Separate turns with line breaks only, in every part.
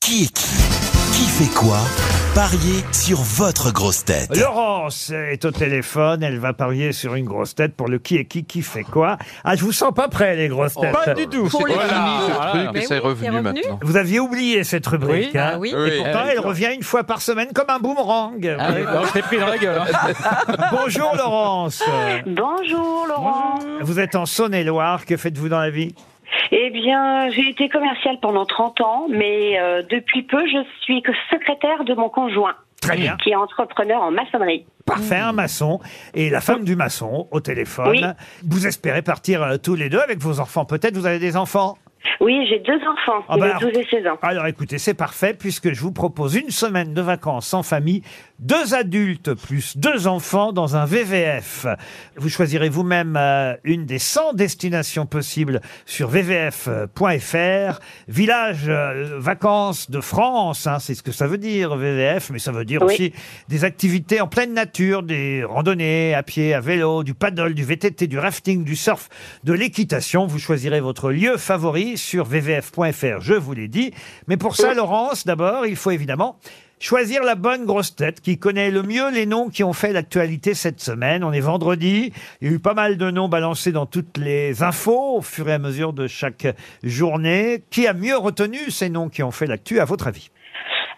Qui est qui Qui fait quoi Pariez sur votre grosse tête.
Laurence est au téléphone, elle va parier sur une grosse tête pour le qui est qui, qui fait quoi. Ah, je vous sens pas prêt, les grosses têtes.
Oh, Pas du tout. Ah,
Pour
c'est
les
pas
filles.
fini, ce
Voilà.
truc.
Mais
c'est
oui,
revenu
c'est revenu.
maintenant.
Vous aviez oublié cette rubrique,
Oui.
hein.
Ah oui.
Oui.
Pourtant, elle revient une fois par semaine comme un boomerang.
Ah oui, non, je t'ai pris dans la gueule. hein.
Bonjour Laurence.
Bonjour Laurent.
Vous êtes en Saône-et-Loire, que faites-vous dans la vie
Eh bien, j'ai été commerciale pendant 30 ans, mais euh, depuis peu, je suis que secrétaire de mon conjoint,
Très bien.
qui est entrepreneur en maçonnerie.
Parfait, un maçon et la femme du maçon au téléphone.
Oui.
Vous espérez partir euh, tous les deux avec vos enfants. Peut-être vous avez des enfants
Oui, j'ai deux enfants,
Ah
de
bah,
12 et 16 ans.
Alors écoutez, c'est parfait puisque je vous propose une semaine de vacances en famille, deux adultes plus deux enfants dans un VVF. Vous choisirez vous-même euh, une des 100 destinations possibles sur vvf.fr, village euh, vacances de France, hein, c'est ce que ça veut dire VVF, mais ça veut dire
Oui.
aussi des activités en pleine nature, des randonnées à pied, à vélo, du paddle, du VTT, du rafting, du surf, de l'équitation. Vous choisirez votre lieu favori sur vvf.fr, je vous l'ai dit. Mais pour ça, Laurence, d'abord, il faut évidemment choisir la bonne grosse tête qui connaît le mieux les noms qui ont fait l'actualité cette semaine. On est vendredi, il y a eu pas mal de noms balancés dans toutes les infos au fur et à mesure de chaque journée. Qui a mieux retenu ces noms qui ont fait l'actu, à votre avis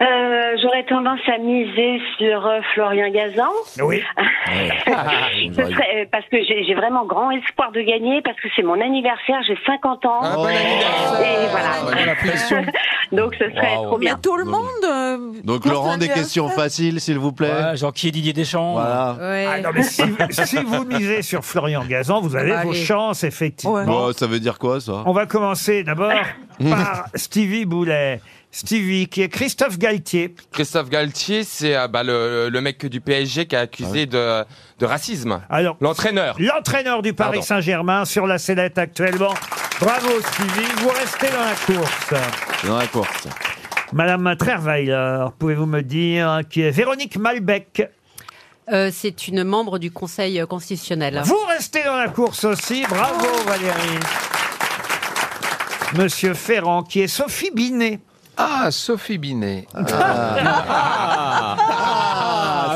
Euh, J'aurais tendance à miser sur euh, Florian Gazan,
Oui,
Ce serait- euh, parce que j'ai j'ai vraiment grand espoir de gagner, parce que c'est mon anniversaire, j'ai 50 ans.
Ah, bon anniversaire.
Et voilà.
Ah, la pression.
Donc ce serait
Waouh.
trop
Mais
bien.
tout le monde. euh,
Donc
pense
Laurent,
à
des
lui à
questions
ça.
faciles, s'il vous plaît.
Voilà, genre qui est Didier Deschamps
Voilà.
Ouais.
Ah non, mais si, si vous misez sur Florian Gazan, vous avez
Bah,
vos
allez.
chances, effectivement.
Ouais.
Bon, ça veut dire quoi, ça
On va commencer d'abord
Mm.
par Stevie Boulet. Stevie, qui est Christophe Galtier.
Christophe Galtier, c'est euh, bah, le, le mec du PSG qui a accusé de, de racisme.
Alors,
L'entraîneur.
l'entraîneur du Paris
Pardon.
Saint-Germain sur la sellette actuellement. Bravo Stevie, vous restez dans la course.
C'est Dans la course.
Madame Trerweiler, pouvez-vous me dire qui est Véronique Malbec
Euh, c'est une membre du Conseil euh, constitutionnel.
Vous restez dans la course aussi. Bravo Valérie. Monsieur Ferrand, qui est Sophie Binet.
Ah, Sophie Binet.
Ah,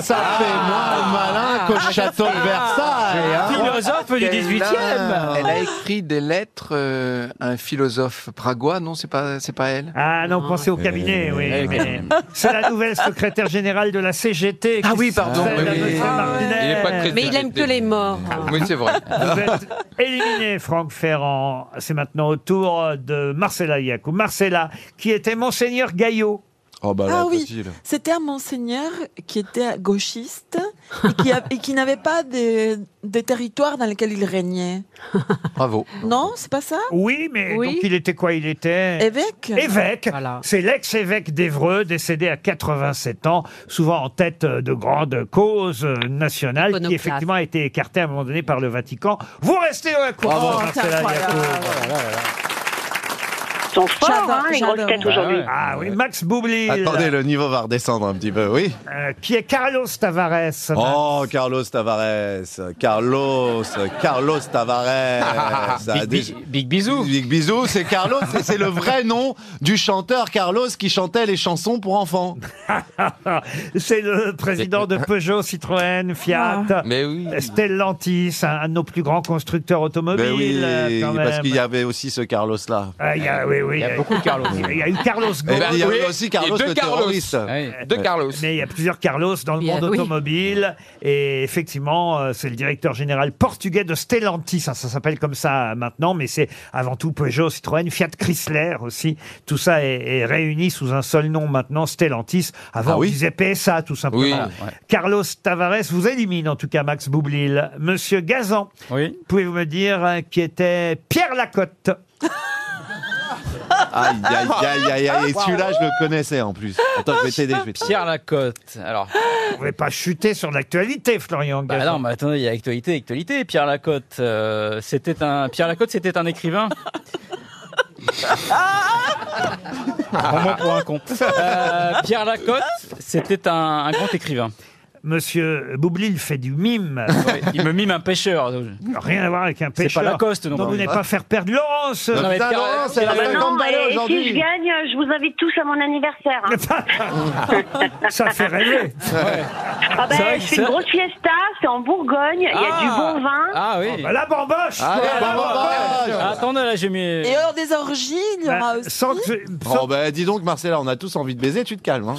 ça fait moins malin qu'au château de Versailles.
Ah, Philosophe du 18 e
hein. Elle a écrit des lettres euh, à un philosophe pragois, non, c'est pas, c'est pas elle.
Ah non, pensez au cabinet, oui. mais C'est la nouvelle secrétaire générale de la CGT. qui
Ah oui, pardon,
s'appelle
oui, oui.
Monsieur
Ah
Martinet.
Il est pas de crédit.
Mais il aime que les morts. hein,
Oui, c'est vrai.
Vous êtes éliminé, Franck Ferrand. C'est maintenant au tour de Marcella Yacoub. Marcella, qui était Monseigneur Gaillot.
Oh, bah
Ah
là,
oui.
facile.
C'était un monseigneur qui était gauchiste et qui, a- et qui n'avait pas de, de territoire dans lequel il régnait.
Bravo.
Non, c'est pas ça
Oui, mais
Oui.
donc il était quoi Il était
Évêque
évêque.
Voilà.
C'est l'ex-évêque d'Evreux, décédé à 87 ans, souvent en tête euh, de grandes causes euh, nationales, qui
Iconoclaste.
effectivement a été écarté à un moment donné par le Vatican. Vous restez au courant,
Oh,
Marcella
incroyable.
Yacoub.
Ils sont forts,
J'adore,
hein, les grosses
j'adore.
têtes aujourd'hui.
Ah oui, Max Boublil,
Attendez, le niveau va redescendre un petit peu, oui.
euh, qui est Carlos Tavares.
Oh, Carlos Tavares. Carlos, Carlos Tavares. Ça a
Big,
déjà-
bi- big bisous.
Big bisous, c'est Carlos, et c'est le vrai nom du chanteur Carlos qui chantait les chansons pour enfants.
Ah, C'est le président de Peugeot, Citroën,
Ah.
Fiat.
Mais oui.
Stellantis, un, un de nos plus grands constructeurs automobiles.
Ben oui,
euh, quand
parce
même.
qu'il y avait aussi ce Carlos-là.
Ah, il y a- oui, oui,
Il y a beaucoup de Carlos.
Il y a eu Carlos
Et
Ghosn,
ben,
il y
oui,
avait aussi
il y a
Carlos
deux
le
Carlos.
terroriste.
Ouais.
De Carlos.
Mais il y a plusieurs Carlos dans le
Il y a-
monde
oui.
automobile. Et effectivement, euh, c'est le directeur général portugais de Stellantis. hein, ça s'appelle comme ça euh, maintenant, mais c'est avant tout Peugeot, Citroën, Fiat Chrysler aussi. Tout ça est, est réuni sous un seul nom maintenant, Stellantis. Avant,
Ah oui
on disait PSA, tout simplement.
Oui.
Carlos Tavares vous élimine, en tout cas, Max Boublil. Monsieur Gazan,
Oui.
pouvez-vous me dire euh, qui était Pierre Lacotte
Aïe, aïe, aïe, aïe, aïe. Et celui-là, je le connaissais en plus. Attends, je vais t'aider, je vais t'aider.
Pierre Lacotte. Alors,
Vous ne pas chuter sur l'actualité, Florian
bah
Gazan.
non, mais attendez, il y a actualité, actualité. Pierre Lacotte, euh, c'était un Pierre Lacotte, c'était un écrivain. Ah. Prends-moi pour un con. Euh, Pierre Lacotte, c'était un, un grand écrivain.
Monsieur Boublil fait du mime.
Ouais, Il me mime un pêcheur. Non,
Rien à voir avec un
C'est
pêcheur.
pas Lacoste, non
Donc vous
plus.
n'allez pas faire perdre Laurence.
mais
Putain,
Pierre-
Laurence, elle
Ah
a
bah non,
50 balles
et, et si je
aujourd'hui.
gagne, je vous invite tous à mon anniversaire. hein.
Ça fait rêver.
Ah ben,
C'est vrai que
je fais une
ça-
grosse fiesta, c'est en Bourgogne, il y a
Ah.
du bon vin.
Ah oui.
Bah, La bamboche
Allez,
quoi.
bah, bah, bah.
Attendez, là, j'ai mis.
Et hors des orgies, il y
Bah,
aura aussi.
sans que je- sans-
Oh bah dis donc Marcella, on a tous envie de baiser, tu te calmes. Hein.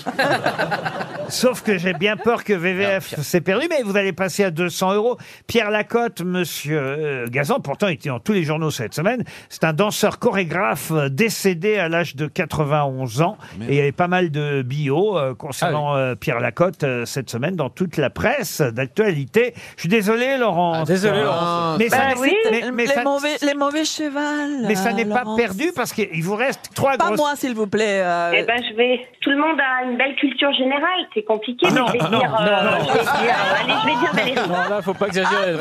Sauf que j'ai bien peur que VVF s'est perdu, mais vous allez passer à 200 euros. Pierre Lacotte, monsieur euh, Gazan, pourtant il était dans tous les journaux cette semaine, c'est un danseur chorégraphe euh, décédé à l'âge de 91 ans. Et il y avait pas mal de bio euh, concernant euh, Pierre Lacotte euh, cette semaine dans toute la presse d'actualité. Je suis désolé, Laurent.
Ah, désolé,
Ah,
Mais ça,
Bah oui.
mais- mais
Ben les,
ça-
mauvais, les mauvais chevals.
mais ça
euh,
n'est pas
Laurence.
perdu parce qu'il vous reste trois
Pas
grosses
moi, s'il vous plaît. euh,
Eh ben, je vais. Tout le monde a une belle culture générale, c'est compliqué. mais
Non,
je vais
non,
dire,
non,
euh, je vais dire, euh, allez, je vais dire Valérie.
Non, là, faut pas exagérer.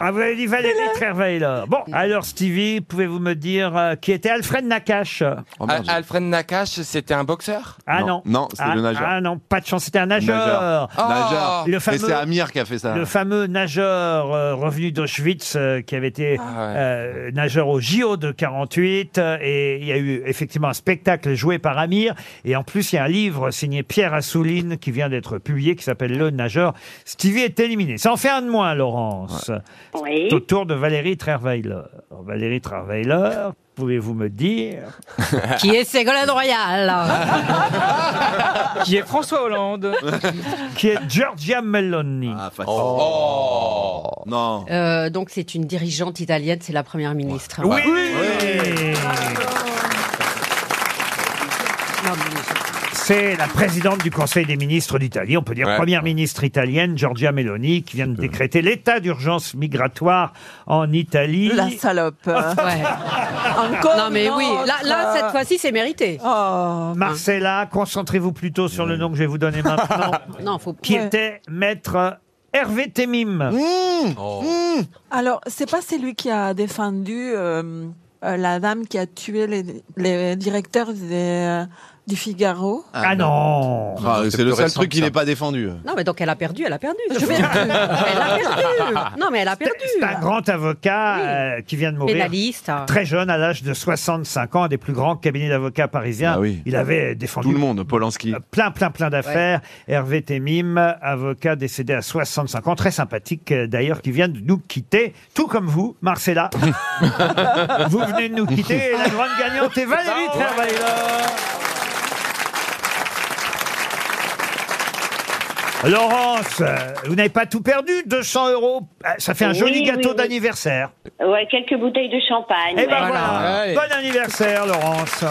Ah, vous avez dit Valérie Trierweiler. Bon, alors Stevie, pouvez-vous me dire euh, qui était Alfred Nakache
Oh,
Al-
merde, j'ai-
Alfred Nakash, c'était un boxeur
Ah non.
Non, non, c'est
ah,
le nageur.
Ah non, pas de chance, c'était un nageur.
Nageur. Nageur.
Le
Et
fameux-
c'est Amir qui a fait ça. Ah,
Le fameux nageur euh, revenu d'Auschwitz euh, qui avait été
Ah ouais.
euh, nageur au JO de 48 euh, et il y a eu effectivement un spectacle joué par Amir et en plus il y a un livre signé Pierre Assouline qui vient d'être publié qui s'appelle Le Nageur. Stevie est éliminé. Ça en fait un de moins, Laurence.
Oui.
C'est au tour de Valérie Trierweiler. Valérie Trierweiler, pouvez-vous me dire
Qui est Ségolène Royal
Qui est François Hollande
qui est Giorgia Meloni
Ah, facile.
Oh,
Non.
Euh, Donc c'est une dirigeante italienne, c'est la première ministre.
Oui,
Non, mais-
C'est la présidente du Conseil des ministres d'Italie, on peut dire
Ouais.
première ministre italienne, Giorgia Meloni, qui vient de décréter l'état d'urgence migratoire en Italie.
La salope.
ouais.
Encore.
Non mais
une
oui,
autre.
là, là cette fois-ci c'est mérité.
Oh.
hein.
Marcella, concentrez-vous plutôt sur le nom que je vais vous donner
euh,
maintenant,
Non, faut
qui
Ouais.
était maître euh, Hervé Temim.
Mmh.
Alors, c'est pas celui qui a défendu euh, euh, la dame qui a tué les, les directeurs des- euh, du Figaro.
Ah non
Ah,
C'est
c'est le
plus
seul
récent
truc
que
qui
ça.
n'est pas défendu.
Non mais donc elle a perdu, elle a perdu. elle a perdu. Non mais elle a perdu.
C'est un grand avocat
Oui.
euh, qui vient de mourir.
Pénaliste. hein.
Très jeune, à l'âge de 65 ans, un des plus grands cabinets d'avocats parisiens.
Ah oui.
Il avait défendu
Tout le monde, Polanski.
Euh, plein, plein, plein d'affaires. Hervé Temim, avocat décédé à 65 ans, très sympathique euh, d'ailleurs, qui vient de nous quitter, tout comme vous, Marcella. vous venez de nous quitter et la grande gagnante est Valérie Trierweiler. Laurence, euh, vous n'avez pas tout perdu, 200 euros, euh, ça fait un
Oui,
joli
oui,
gâteau
oui.
d'anniversaire.
Ouais, quelques bouteilles de champagne.
Eh
ouais.
ben voilà,
Allez.
bon anniversaire Laurence.